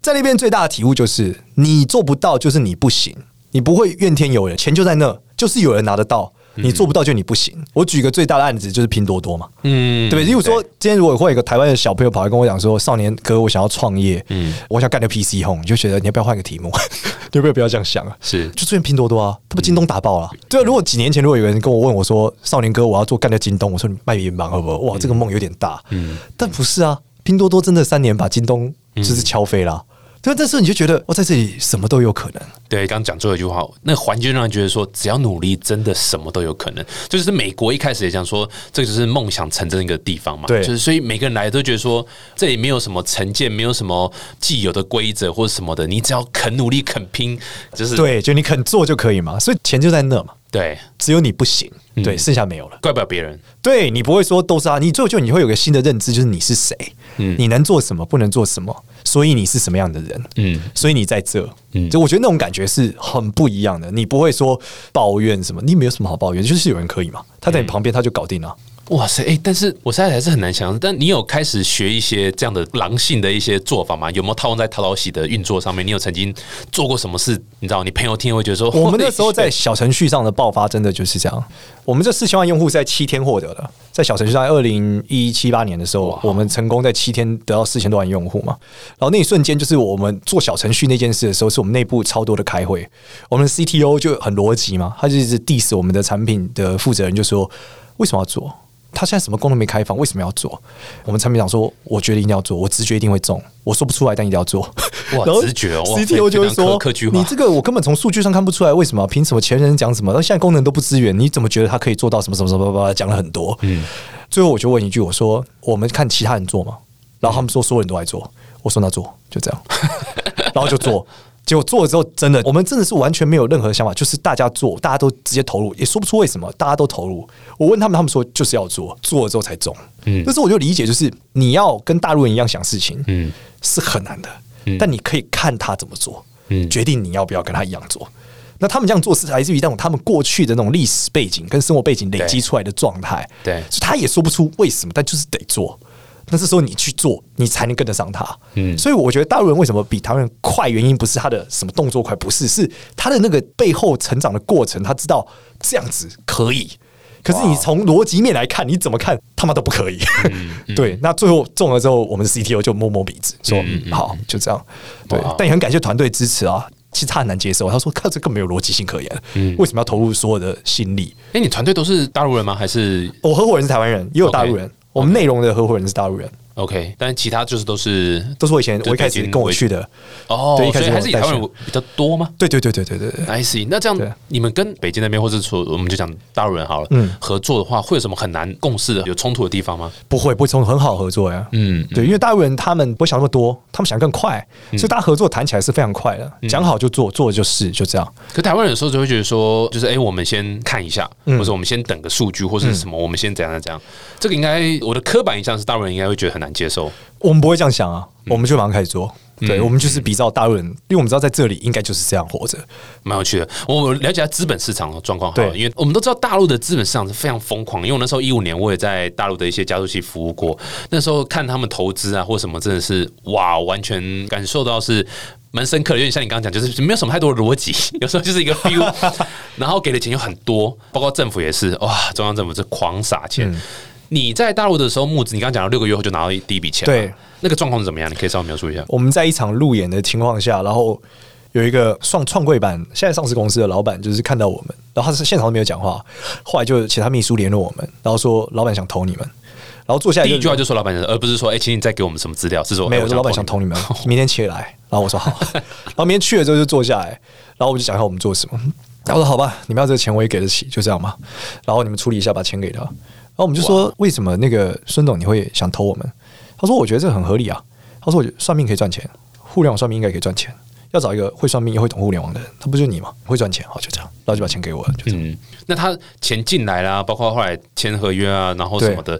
在那边最大的体悟就是，你做不到就是你不行，你不会怨天尤人，钱就在那，就是有人拿得到。你做不到就你不行。我举个最大的案子就是拼多多嘛，嗯，对，例如说，今天如果会有一个台湾的小朋友跑来跟我讲说：“少年哥，我想要创业，嗯，我想干个 PC home。”你就觉得你要不要换个题目？ 你要不要不要这样想啊？是就最近拼多多啊，他把京东打爆了啊、对啊，如果几年前如果有人跟我问我说：“少年哥，我要做干掉京东”，我说你卖银行好不好？哇，这个梦有点大。嗯，但不是啊，拼多多真的三年把京东就是敲飞了啊、对啊，但是你就觉得我在这里什么都有可能。对，刚刚讲最后一句话，那个环境让人觉得说，只要努力，真的什么都有可能。就是美国一开始也讲说，这就是梦想成真的一个地方嘛。对就是所以每个人来都觉得说，这里没有什么成见，没有什么既有的规则或者什么的，你只要肯努力、肯拼，就是对，就你肯做就可以嘛，所以钱就在那嘛，对只有你不行，对，剩下没有了。怪不了别人。对你不会说都是啊，你最后就你会有个新的认知，就是你是谁，你能做什么，不能做什么，所以你是什么样的人，嗯所以你在这，嗯就我觉得那种感觉是很不一样的。你不会说抱怨什么，你没有什么好抱怨，就是有人可以嘛，他嗯在你旁边他就搞定了、哇塞，哎、但是我现在还是很难想象。但你有开始学一些这样的狼性的一些做法吗？有没有套用在淘淘喜的运作上面？你有曾经做过什么事？你知道，你朋友听会觉得说，我们那时候在小程序上的爆发真的就是这样，我们这四千万用户是在七天获得的，在小程序上，二零一七八年的时候，我们成功在七天得到四千多万用户嘛。然后那一瞬间，就是我们做小程序那件事的时候，是我们内部超多的开会，我们的 CTO 就很逻辑嘛，他就一直 diss 我们的产品的负责人，就说为什么要做？他现在什么功能没开放，为什么要做？我们产品长说，我觉得一定要做，我直觉一定会中，我说不出来，但一定要做。哇然后直觉哦哇，CTO 就会非常科说科技：“化你这个我根本从数据上看不出来，为什么？凭什么前人讲什么，到现在功能都不支援？你怎么觉得他可以做到什么什么什么？叭叭讲了很多。嗯，最后我就问一句，我说：“我们看其他人做嘛？”然后他们说所有人都在做，我说那做就这样，然后就做。结果做了之后，真的，我们真的是完全没有任何想法，就是大家做，大家都直接投入，也说不出为什么，大家都投入。我问他们，他们说就是要做，做了之后才中。嗯，那时候我就理解，就是你要跟大陆人一样想事情，嗯，是很难的，但你可以看他怎么做，嗯决定你要不要跟他一样做。那他们这样做是来自于那种他们过去的那种历史背景跟生活背景累积对出来的状态，对所以他也说不出为什么，但就是得做。那这时候你去做，你才能跟得上他。嗯，所以我觉得大陆人为什么比台湾人快，原因不是他的什么动作快，不是，是他的那个背后成长的过程，他知道这样子可以。可是你从逻辑面来看，你怎么看他妈都不可以。嗯对，那最后中了之后，我们的 CTO 就摸摸鼻子说：“好，就这样。”对嗯哇，但也很感谢团队支持啊。其实他很难接受，他说：“看这更没有逻辑性可言，嗯为什么要投入所有的心力？”哎、你团队都是大陆人吗？还是我合伙人是台湾人，也有大陆人 OK，我们内容的合伙人是大陆人。 OK？但其他就是都是都是我以前就我一开始北京跟我为去的。哦，对一开所始以还是以台湾我人比较多吗对对对对对对对。 ？I see。那这对样，你们跟北京那边，或者说我们就讲大陆人好了，嗯合作的话，会有什么很难共事的、有冲突的地方吗？不会，不会，从很好合作呀。嗯嗯，对，因为大陆人他们不会想那么多，他们想更快，所以大家合作谈起来是非常快的，讲好就做，做了就是，就这样。可台湾人有时候就会觉得说，就是哎、诶我们先看一下，嗯或者我们先等个数据，或是什么，我们先怎样怎样。这个应该我的刻板印象是，大陆人应该会觉得很难接受。我们不会这样想啊，我们就马上开始做。对，我们就是比照大陆人，因为我们知道在这里应该就是这样活着。蛮有趣的，我了解下资本市场的状况好了，对因为我们都知道大陆的资本市场是非常疯狂，因为我那时候一五年我也在大陆的一些加速器服务过，那时候看他们投资啊或什么，真的是哇，完全感受到是蛮深刻的，有点像你刚刚讲，就是没有什么太多的逻辑， 有时候就是一个 feel，然后给的钱又很多，包括政府也是，哇，中央政府是狂撒钱。嗯你在大陆的时候募资，你刚刚讲到六个月后就拿到第一笔钱，对，那个状况是怎么样？你可以稍微描述一下。我们在一场路演的情况下，然后有一个创创柜板现在上市公司的老板，就是看到我们，然后他是现场都没有讲话，后来就请他秘书联络我们，然后说老板想投你们，然后坐下来第一句话就说老板，而不是说哎、请你再给我们什么资料，是说没哎有，我说老板想投捅你们， 明天起来。然后我说好，然后明天去了之后就坐下来，然后我就讲一下我们做什么。然后我说好吧，你们要这个钱我也给得起，就这样嘛。然后你们处理一下，把钱给他。然后我们就说为什么那个孙董你会想投我们？他说我觉得这很合理啊。他说我觉得算命可以赚钱，互联网算命应该可以赚钱，要找一个会算命又会懂互联网的人，他不就是你吗？会赚钱，好就这样，然后就把钱给我了，就这样。嗯，那他钱进来啦，包括后来签合约啊，然后什么的，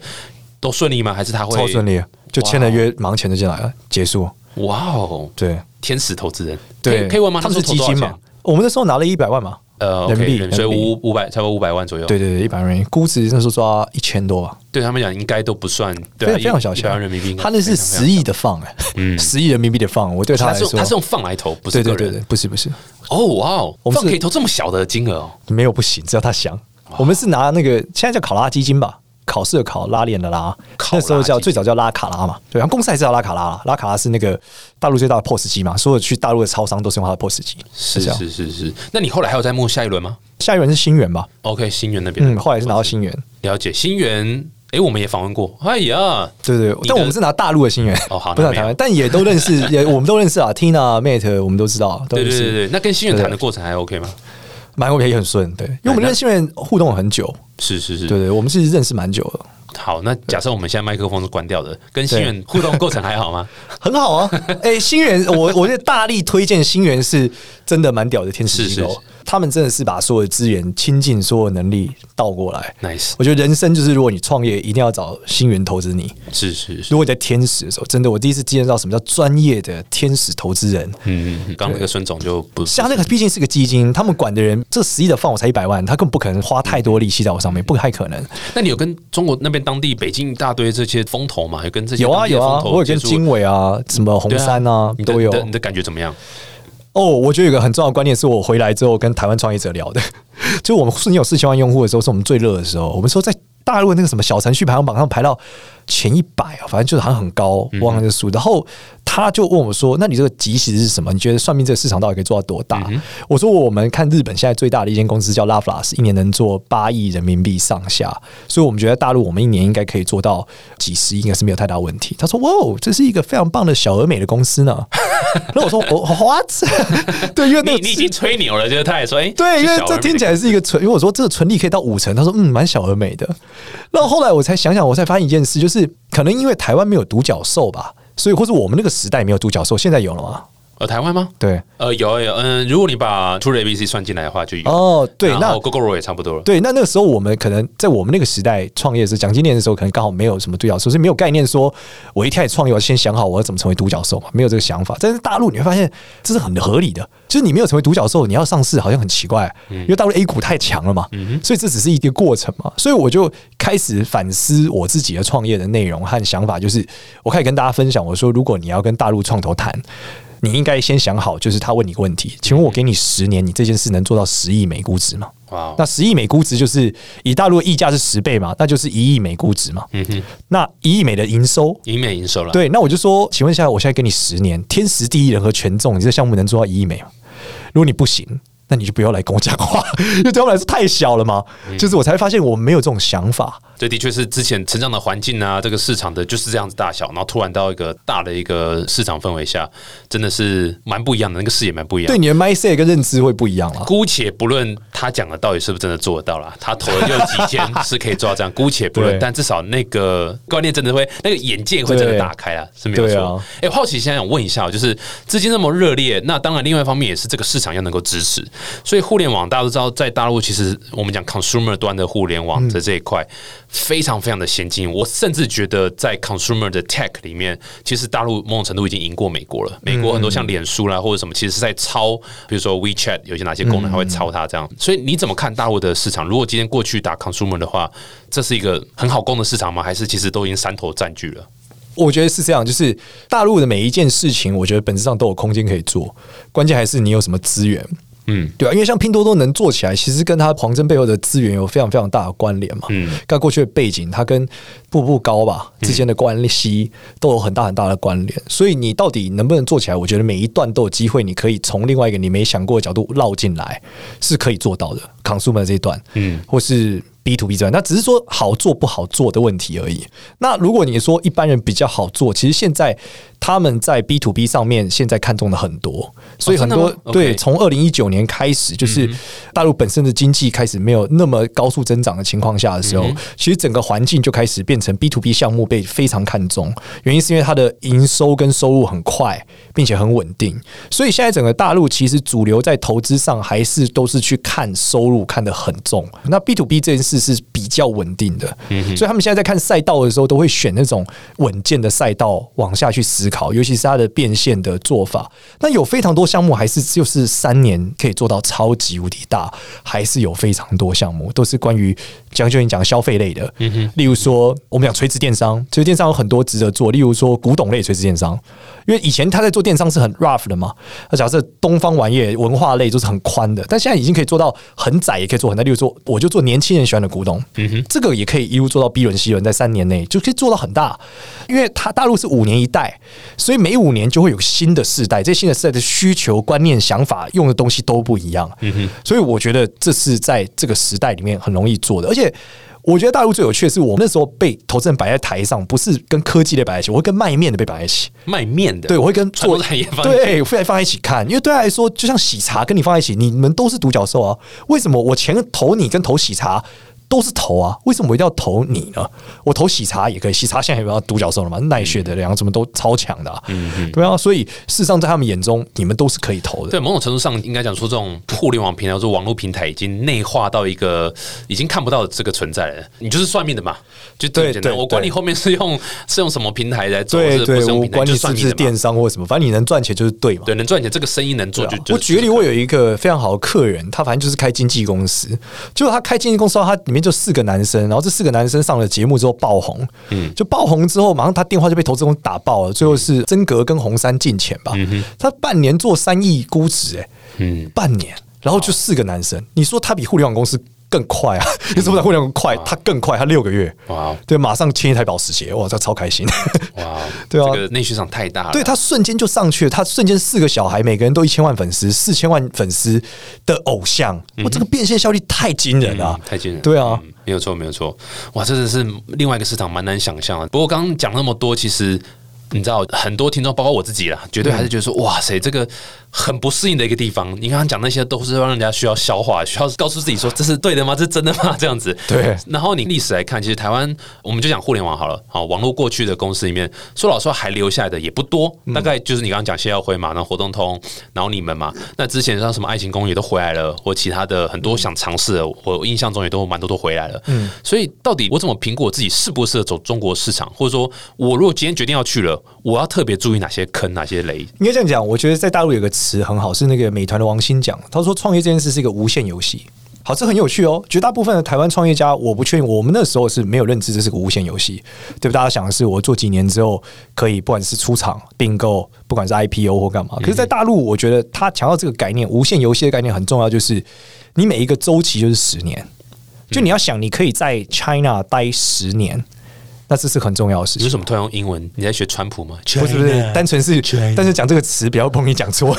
都顺利吗？还是他会超顺？利，啊就签了约，忙钱就进来了，结束。哇哦，对天使投资人，可对，以可以问吗？他们是那时候基投多少金钱嘛？？我们那时候拿了一百万嘛，呃，OK，人民币人所以人民币五五百，差不多五百万左右。对对对，一百万元估值那时候抓一千多吧，对他们讲应该都不算，对啊，非常非常小100万钱，人民币应该他非常。那是十亿的放哎、嗯十亿人民币的放，我对他他来是说，他是用放来投，不是对个对对人。对，不是不是，哦哇哦，我们放是可以投这么小的金额哦，没有不行，只要他想，我们是拿那个现在叫考拉基金吧。考试的考，拉链的拉，考拉那时候叫基金最早叫拉卡拉嘛，对，然后公司还是叫拉卡拉啦，拉卡拉是那个大陆最大的 POS 机嘛，所有去大陆的超商都是用它的 POS 机，是这样。是是是。那你后来还有在募下一轮吗下一轮是新源吧， ？OK，新源那边嗯，后来是拿到新源，了解新源，诶，我们也访问过。哎呀，对对，你的但我们是拿大陆的新源，哦好那不是拿啊没有台湾，但也都 认识，也我们都认识啊，Tina、Mate 我们都知道，都对认对识。对对，那跟新源谈的过程还 OK 吗？蛮 OK 也很顺，对，因为我们跟新人互动很久，是哎是是，对对，我们是认识蛮久了，好。那假设我们现在麦克风是关掉的，跟新源互动过程还好 吗？很好啊。哎、新源，我我觉得大力推荐新源是真的蛮屌的天使机是是构，他们真的是把所有的资源、倾尽所有能力倒过来。 Nice 我觉得人生就是，如果你创业，一定要找新源投资你。是是是，如果你在天使的时候，真的，我第一次体验到什么叫专业的天使投资人。嗯，嗯嗯刚刚那个孙总就不像那个毕竟是个基金，他们管的人，这十亿的放我才一百万，他根本不可能花太多力气在我上面，不太可能。那你有跟中国那边当地北京一大堆这些风投嘛？有跟这些有啊当地的有啊，风投我有接跟触经纬啊、什么红对杉啊你的都有你。的你的感觉怎么样？哦，我觉得有一个很重要的观念是我回来之后跟台湾创业者聊的，就我们瞬间有四千万用户的时候，是我们最热的时候。我们说在大陆那个什么小程序排行榜上排到前一百啊，反正就是好像很高，忘了这个数。然后他就问我说：“那你这个极值是什么？你觉得算命这个市场到底可以做到多大？”嗯我说：“我们看日本现在最大的一间公司叫 l a f l a s 一年能做八亿人民币上下，所以我们觉得大陆我们一年应该可以做到几十亿，应该是没有太大问题。”他说：“哇哦，这是一个非常棒的小而美的公司呢。”然后我说：“我 what？” 对，因为那你个你已经吹牛了，就是他也说，哎、对，因为这听起来来是一个纯，因为我说这个纯利可以到五成，他说嗯，蛮小而美的。然后后来我才想想，我才发现一件事，就是可能因为台湾没有独角兽吧，所以或是我们那个时代没有独角兽，现在有了吗？呃台湾吗？对，呃有有嗯，如果你把 True ABC 算进来的话，就有哦，对，然那后 GoGoRo 也差不多了。对，那那个时候我们可能在我们那个时代创业的时候，蒋经念的时候，可能刚好没有什么独角兽，是没有概念说我一开始创业，我先想好我要怎么成为独角兽嘛，没有这个想法。但是大陆你会发现这是很合理的，就是你没有成为独角兽，你要上市好像很奇怪，因为大陆 A 股太强了嘛，所以这只是一个过程嘛。所以我就开始反思我自己的创业的内容和想法，就是我开始跟大家分享，我说如果你要跟大陆创投谈。你应该先想好，就是他问你个问题，请问我给你十年，你这件事能做到十亿美估值吗？哇，那十亿美估值就是以大陆的溢价是十倍嘛，那就是一亿美估值嘛。嗯哼，那一亿美的营收，赢美营收了。，对，那我就说，请问一下，我现在给你十年，天时地利人和权重，你这项目能做到一亿美吗？如果你不行，那你就不要来跟我讲话， 因为对他们来说太小了嘛。嗯就是我才发现我没有这种想法，这的确是之前成长的环境啊，这个市场的就是这样子大小，然后突然到一个大的一个市场氛围下，真的是蛮不一样的，那个视野蛮不一样的对。你的 mindset 跟认知会不一样了。姑且不论他讲的到底是不是真的做得到啦，他投了六几间是可以做到这样，姑且不论对，但至少那个观念真的会，那个眼界会真的打开啦，是没有对错啊。哎、我好奇现在想问一下哦，就是资金那么热烈，那当然另外一方面也是这个市场要能够支持，所以互联网大家都知道，在大陆其实我们讲 consumer 端的互联嗯网的这一块、非常非常的先进，我甚至觉得在 consumer 的 tech 里面，其实大陆某种程度已经赢过美国了。美国嗯很多像脸书啦或者什么，其实是在抄，比如说 WeChat 有些哪些功嗯能它会抄它这样。所以你怎么看大陆的市场？如果今天过去打 consumer 的话，这是一个很好攻的市场吗？还是其实都已经山头占据了？我觉得是这样，就是大陆的每一件事情，我觉得本质上都有空间可以做，关键还是你有什么资源。嗯，对啊，因为像拼多多能做起来，其实跟它黄峥背后的资源有非常非常大的关联嘛。嗯嗯，跟过去的背景，它跟步步高吧之间的关系都有很大很大的关联。所以你到底能不能做起来？我觉得每一段都有机会，你可以从另外一个你没想过的角度绕进来，是可以做到的。consumer 这一段，嗯嗯，或是 B to B 这段，那只是说好做不好做的问题而已。那如果你说一般人比较好做，其实现在他们在 B to B 上面现在看中的很多，所以哦真很的多、吗？OK 对从二零一九年开始，就是大陆本身的经济开始没有那么高速增长的情况下的时候，其实整个环境就开始变成 B to B 项目被非常看重。原因是因为它的营收跟收入很快，并且很稳定，所以现在整个大陆其实主流在投资上还是都是去看收入看得很重。那 B to B 这件事是比较稳定的，所以他们现在在看赛道的时候，都会选那种稳健的赛道往下去思考，尤其是它的变现的做法。那有非常多项目还是就是三年可以做到超级无敌大，还是有非常多项目都是关于讲就你讲消费类的，例如说我们讲垂直电商，垂直电商有很多值得做，例如说古董类垂直电商，因为以前他在做电商是很 rough 的嘛，那假设东方玩意儿文化类就是很宽的，但现在已经可以做到很窄，也可以做很大，例如说我就做年轻人喜欢的古董，这个也可以一路做到 B 轮、C 轮，在三年内就可以做到很大，因为它大陆是五年一代，所以每五年就会有新的世代，这新的世代的需求、观念、想法、用的东西都不一样。所以我觉得这是在这个时代里面很容易做的，而且。我觉得大陆最有趣的是，我们那时候被投资人摆在台上，不是跟科技类摆在一起，我会跟卖面的被摆在一起。卖面的，对，我会跟传做统产业方面对，会放在一起看，因为对他来说，就像喜茶跟你放在一起，你们都是独角兽啊。为什么我钱投你跟投喜茶都是投啊？为什么我一定要投你呢？我投喜茶也可以，喜茶现在也要独角兽了嘛，奈雪的嗯两个什么都超强的、啊，对啊。所以事实上，在他们眼中，你们都是可以投的。对，某种程度上应该讲说，这种互联网平台或者网络平台已经内化到一个已经看不到这个存在了。你就是算命的嘛，就这么对简单。对我管你对后面是用是用什么平台来做，对是不对是，用我平台管就你是算不你是的嘛。电商或什么，反正你能赚钱就是对嘛。对，能赚钱，这个生意能做就对啊就我举个例，就是我有一个非常好的客人，他反正就是开经纪公司，结果他开经纪公司后，他里面就四个男生，然后这四个男生上了节目之后爆红，嗯，就爆红之后，马上他电话就被投资公司打爆了，最后是曾格跟红杉进钱吧，他半年做三亿估值、哎，嗯，半年，然后就四个男生，你说他比互联网公司更快啊？ 你说他互联网快，他更快，他六个月，嗯哇哦对，马上签一台保时捷，哇，这超开心。哇，对啊这个内需场太大了。对他瞬间就上去了，他瞬间四个小孩，每个人都一千万粉丝，四千万粉丝的偶像，哇，这个变现效率太惊人了、嗯太惊人了。对啊嗯没有错，没有错。哇，真的是另外一个市场，蛮难想象的。不过刚刚讲那么多，其实。你知道很多听众，包括我自己啦，绝对还是觉得说，哇塞，这个很不适应的一个地方。你刚刚讲那些都是让人家需要消化，需要告诉自己说，这是对的吗？这是真的吗？这样子。对然后你历史来看，其实台湾，我们就讲互联网好了，好，网络过去的公司里面，说老实话还留下来的也不多，嗯大概就是你刚刚讲谢耀辉嘛，然后活动通，然后你们嘛，那之前像什么爱情公寓都回来了，或其他的很多想尝试的，我印象中也都蛮多都回来了。嗯，所以到底我怎么评估我自己适不适合走中国市场，或者说我如果今天决定要去了，我要特别注意哪些坑、哪些雷？应该这样讲，我觉得在大陆有个词很好，是那个美团的王兴讲，他说创业这件事是一个无限游戏。好，这很有趣哦。绝大部分的台湾创业家，我不确定，我们那时候是没有认知这是个无限游戏，对不？大家想的是我做几年之后可以，不管是出厂、并购，不管是 IPO 或干嘛。可是，在大陆，我觉得他强调这个概念，无限游戏的概念很重要，就是你每一个周期就是十年，就你要想你可以在 China 待十年，那这是很重要的事你情为。什么突然用英文？你在学川普吗？ 不是不是， China，单纯是 China，但是讲这个词比较不容易讲错。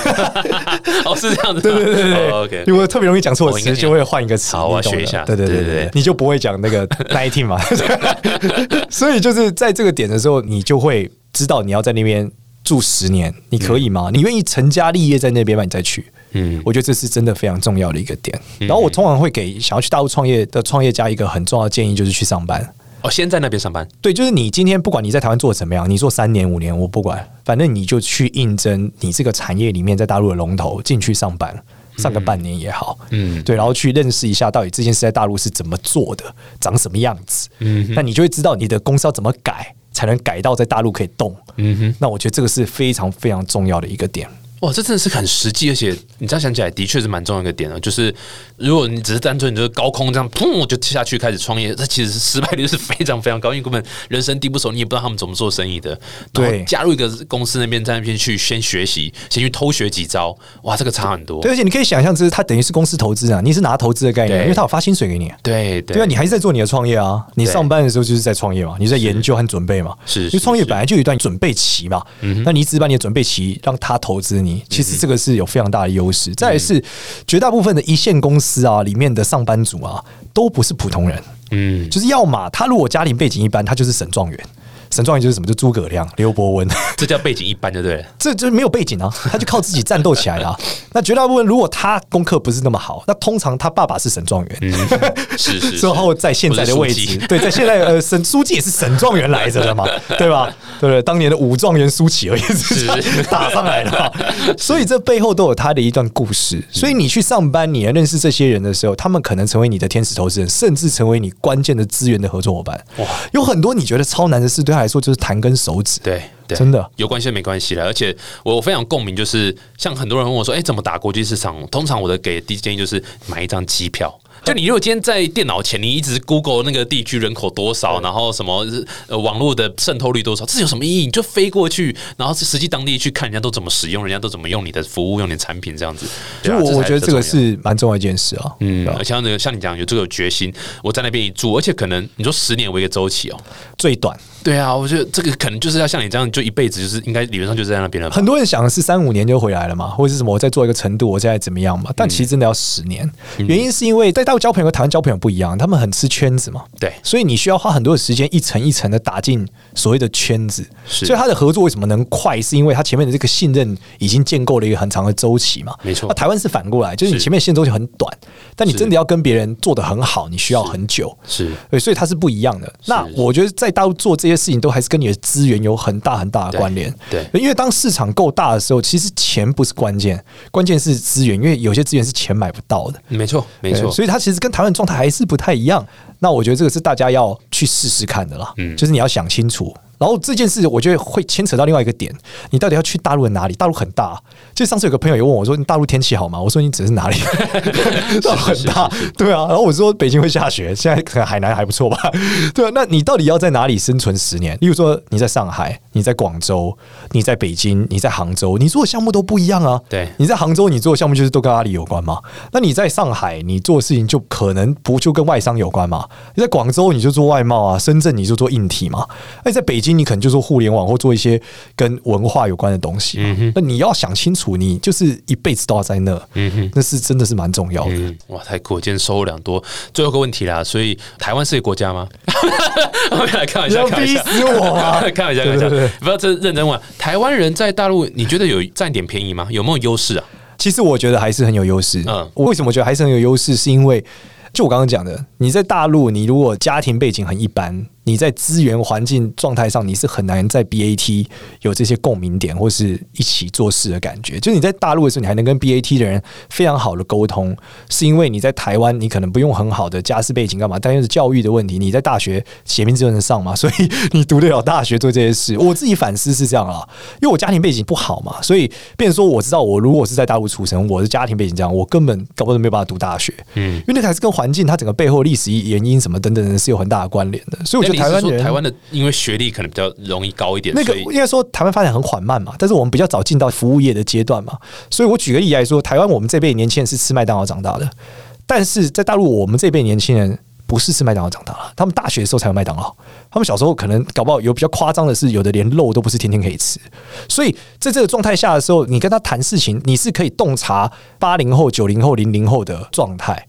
哦，是这样子吗。对对对对哦对，OK，如果特别容易讲错我的应该词，就会换一个词。好我要你懂的学一下对对对对对对对，你就不会讲那个 nineteen 嘛。 所以就是在这个点的时候，你就会知道你要在那边住十年，你可以吗？你愿意成家立业在那边吗？你再去。嗯我觉得这是真的非常重要的一个点。然后我通常会给想要去大陆创业的创业家一个很重要的建议，就是去上班。哦，先在那边上班。对，就是你今天不管你在台湾做得怎么样，你做三年五年我不管，反正你就去应征你这个产业里面在大陆的龙头进去上班，上个半年也好，嗯嗯，对，然后去认识一下到底这件事在大陆是怎么做的，长什么样子，嗯，那你就会知道你的公司要怎么改，才能改到在大陆可以动，嗯哼。那我觉得这个是非常非常重要的一个点。哇，这真的是很实际，而且你这样想起来，的确是蛮重要一个点啊。就是如果你只是单纯就是高空这样砰就下去开始创业，那其实失败率是非常非常高，因为根本人生地不熟，你也不知道他们怎么做生意的。然后对加入一个公司那边在那边去先学习，先去偷学几招，哇，这个差很多。对，而且你可以想象，这是它等于是公司投资啊，你是拿投资的概念，对因为它有发薪水给你啊。对对啊，对，你还是在做你的创业啊！你对上班的时候就是在创业嘛，你在研究和准备嘛。是嗯因是为创业是本来就有一段准备期嘛。那你一直把你的准备期让他投资嗯你，其实这个是有非常大的优势。再来是绝大部分的一线公司啊，里面的上班族啊，都不是普通人，嗯，就是要么他如果家庭背景一般，他就是省状元。省状元就是什么？就诸葛亮、刘伯温， 这叫背景一般，对不对了？这就是没有背景啊，他就靠自己战斗 起来的、啊。那绝大部分如果他功课不是那么好，那通常他爸爸是省状元，嗯是是是， 之后在现在的位不置，是书记对，在现在呃，沈书记也是沈状元来着的 嘛，对吧？对不对？当年的武状元苏乞儿也是这样是打上来的嘛，所以这背后都有他的一段故嗯事。所以你去上班，你认识这些人的时候，他们可能成为你的天使投资人，甚至成为你关键的资源的合作伙伴。哇，有很多你觉得超难的事，对他来说就是弹根手指。对，对真的有关系没关系了。而且我我非常共鸣，就是像很多人问我说，哎、怎么打国际市场？通常我的给的第一建议就是买一张机票。就你如果今天在电脑前，你一直 Google 那个地区人口多少，然后什么呃网络的渗透率多少，这有什么意义？你就飞过去，然后实际当地去看人家都怎么使用，人家都怎么用你的服务，用你的产品这样子。就对啊我我才觉得比较这个重要是蛮重要一件事啊。嗯嗯，，而且像那个像你讲有这个有决心，我在那边一住，而且可能你说十年为一个周期哦、最短对啊，我觉得这个可能就是要像你这样，就一辈子就是应该理论上就是在那边了吧。很多人想的是三五年就回来了嘛，或者是什么我再做一个程度，我再怎么样嘛。嗯但其实真的要十年，原因是因为在大陆交朋友和台湾交朋友不一样，他们很吃圈子嘛，对所以你需要花很多的时间一层一层的打进所谓的圈子。是所以他的合作为什么能快，是因为他前面的这个信任已经建构了一个很长的周期嘛。没错那台湾是反过来，就是你是前面的信任周期很短，但你是真的要跟别人做得很好，你需要很久。是对，所以它是不一样的。那我觉得在大陆做这些事情，都还是跟你的资源有很大很大的关联。对因为当市场够大的时候，其实钱不是关键，关键是资源，因为有些资源是钱买不到的。没错，没对错，所以它其实跟台湾状态还是不太一样。那我觉得这个是大家要去试试看的啦，嗯就是你要想清楚。然后这件事，我觉得会牵扯到另外一个点，你到底要去大陆的哪里？大陆很大，就上次有个朋友也问我说：“你大陆天气好吗？”我说：“你指的是 哪里？”大陆很大，对啊。然后我说：“北京会下雪，现在可能海南还不错吧？” 对啊，那你到底要在哪里生存十年？例如说，你在上海，你在广州，你在北京，你在杭州，你做的项目都不一样啊。对你在杭州你做的项目就是都跟阿里有关嘛？那你在上海你做的事情就可能不就跟外商有关嘛？你在广州你就做外贸啊，深圳你就做硬体嘛，那你在北京你可能就做互联网或做一些跟文化有关的东西嘛。那你要想清楚，你就是一辈子都要在那，那是真的是蛮重要的。嗯，哇，太酷了！今天收获良多。最后一个问题啦，所以台湾是一个国家吗？ 我们来开玩笑，你要开玩笑，逼死我啊 开玩笑，开对玩笑对对，不要这认真问。台湾人在大陆，你觉得有占点便宜吗？有没有优势啊？其实我觉得还是很有优势。嗯嗯，我为什么觉得还是很有优势？是因为就我刚刚讲的，你在大陆，你如果家庭背景很一般，你在资源环境状态上，你是很难在 BAT 有这些共鸣点或是一起做事的感觉。就是你在大陆的时候，你还能跟 BAT 的人非常好的沟通，是因为你在台湾，你可能不用很好的家世背景干嘛，但又是教育的问题，你在大学写名字就能上嘛， 所以你读得了大学做这些事。我自己反思是这样啊，因为我家庭背景不好嘛，所以变成说我知道我如果是在大陆出生，我的家庭背景这样，我根本搞不懂没有办法读大学。嗯，因为那个还是跟环境它整个背后历史原因什么等等的是有很大的关联的，所以我觉那你得台是湾说人台湾的因为学历可能比较容易高一点，那所个以应该说台湾发展很缓慢嘛，但是我们比较早进到服务业的阶段嘛，所以我举个例来说，台湾我们这辈年轻人是吃麦当劳长大的，但是在大陆我们这辈年轻人不是吃麦当劳长大的，他们大学的时候才有麦当劳，他们小时候可能搞不好有比较夸张的是，有的连肉都不是天天可以吃，所以在这个状态下的时候，你跟他谈事情，你是可以洞察八零后、九零后、零零后的状态。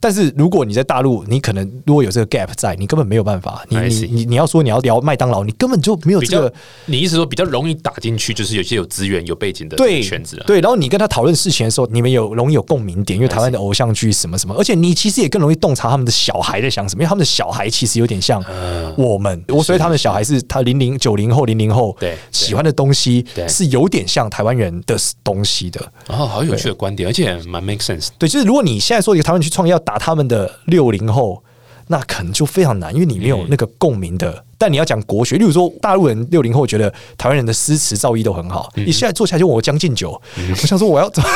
但是如果你在大陆，你可能如果有这个 gap 在，你根本没有办法。你 I 你 see 你你要说你要聊麦当劳，你根本就没有比这较个。，你意思说比较容易打进去，就是有些有资源、有背景的对圈子啊。对，然后你跟他讨论事情的时候，你们有容易有共鸣点，因为台湾的偶像剧什么什么，而且你其实也更容易洞察他们的小孩在想什么，因为他们的小孩其实有点像嗯我们，我所以他们的小孩是他零零九零后零零后对对喜欢的东西对是有点像台湾人的东西的。哦，好有趣的观点，而且蛮 make sense 对，就是如果你现在说一个台湾人去嗯创业要打他们的六零后，那可能就非常难，因为你没有那个共鸣的。但你要讲国学，例如说大陆人六零后觉得台湾人的诗词造诣都很好，嗯你现在坐下来就问我江敬酒，我想说我要 怎么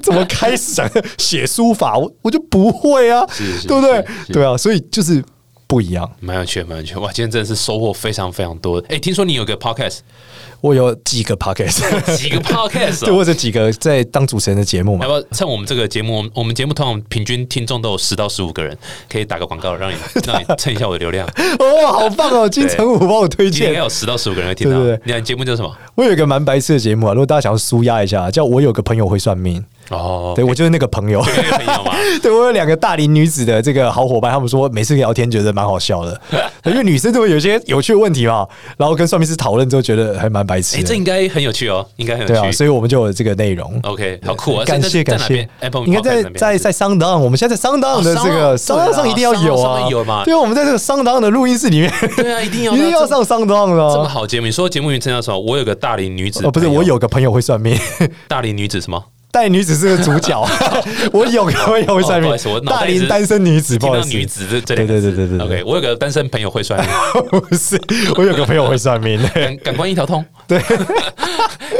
怎么开始讲写书法，我我就不会啊，是是对不对是？是对啊，所以就是不一样。蛮有趣的，蛮有趣的。哇，今天真的是收获非常非常多。哎、听说你有个 podcast，我有几个 podcast，几个 podcast？、 对，哦、或者几个在当主持人的节目嘛要，不要趁我们这个节目，我们我们节目通常平均听众都有十到十五个人，可以打个广告，让你 让你蹭一哎下我的流 量。哦，好棒哦！金城武帮我推今天应该荐，有十到十五个人会听到。对对对你的节目叫什么？我有一个蛮白痴的节目啊，如果大家想要舒压一下，叫我有个朋友会算命，哦，对我就是那个朋友。 这个朋友嘛，对我有两个大龄女子的这个好伙伴，他们说每次聊天觉得蛮好 笑的，对因为女生都会有一些有趣的问题嘛，然后跟算命师讨论之后觉得还蛮白哎、痴这的。应该很有趣哦，应该很有对啊，趣。所以我们就有这个内容。 OK，好酷啊！感所以谢在感在哪边谢，Apple，应该 Podcast 在那边在在商档，我们现在在商档的这哦个商商档档上一定要商档有上啊，面有嘛对啊，我们在这个商档的录音室里面，对啊，一定要 一定要这么上商档的这么啊。好节目。你说节目名称叫什么？我有个大龄女子哦，不是，朋友我有个朋友会算命，大龄女子什么？带女子是个主 角，我有个朋友会哦不算命好意思我，脑大袋一直龄单身女子，不听好意到思，女子这这两个对对字对对对对 OK，我有个单身朋友会算命， 不是，我有个朋友会算 命。感感官一条通。对，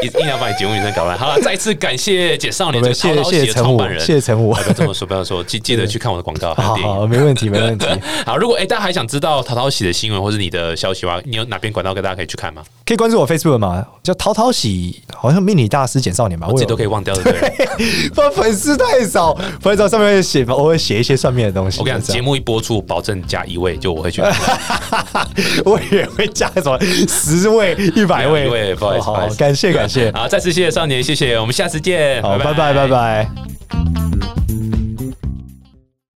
一定要把你节目名称搞乱。好了，再次感谢简少年这们个谢超老谢谢写谢的陈创武办，人。谢谢陈武哎。 不要这么说，不要这么说，记记得去看我的广告，还有好电影。好，没问题，没问 题。好，如果哎、大家还想知道淘淘喜的新闻或是你的消息的话，你有哪边管道跟大家可以去看吗？可以关注我 Facebook 嘛，叫淘淘喜，好像命理大师简少年吧，我自己都可以。以忘掉的。对 不对不，粉丝太少，粉丝少上面会写，偶尔写一些算命的东西。我跟你就这讲，节样，目一播出，保证加一位，就我会去。我也会加什么十位、一 百没有一位位，不好意思好 不好意好思感谢感谢，好，再次谢谢少年，谢谢，我们下次见，好，拜拜拜。拜。